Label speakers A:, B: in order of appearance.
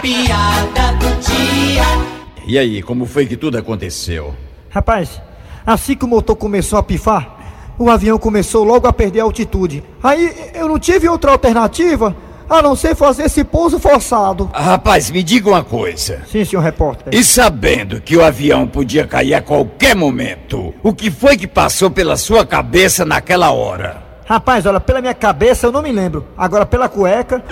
A: piada do dia.
B: E aí, como foi que tudo aconteceu?
C: Rapaz, assim que o motor começou a pifar, o avião começou logo a perder a altitude. Aí eu não tive outra alternativa a não ser fazer esse pouso forçado.
B: Rapaz, me diga uma coisa.
C: Sim, senhor repórter.
B: E sabendo que o avião podia cair a qualquer momento, o que foi que passou pela sua cabeça naquela hora?
C: Rapaz, olha, pela minha cabeça eu não me lembro. Agora pela cueca.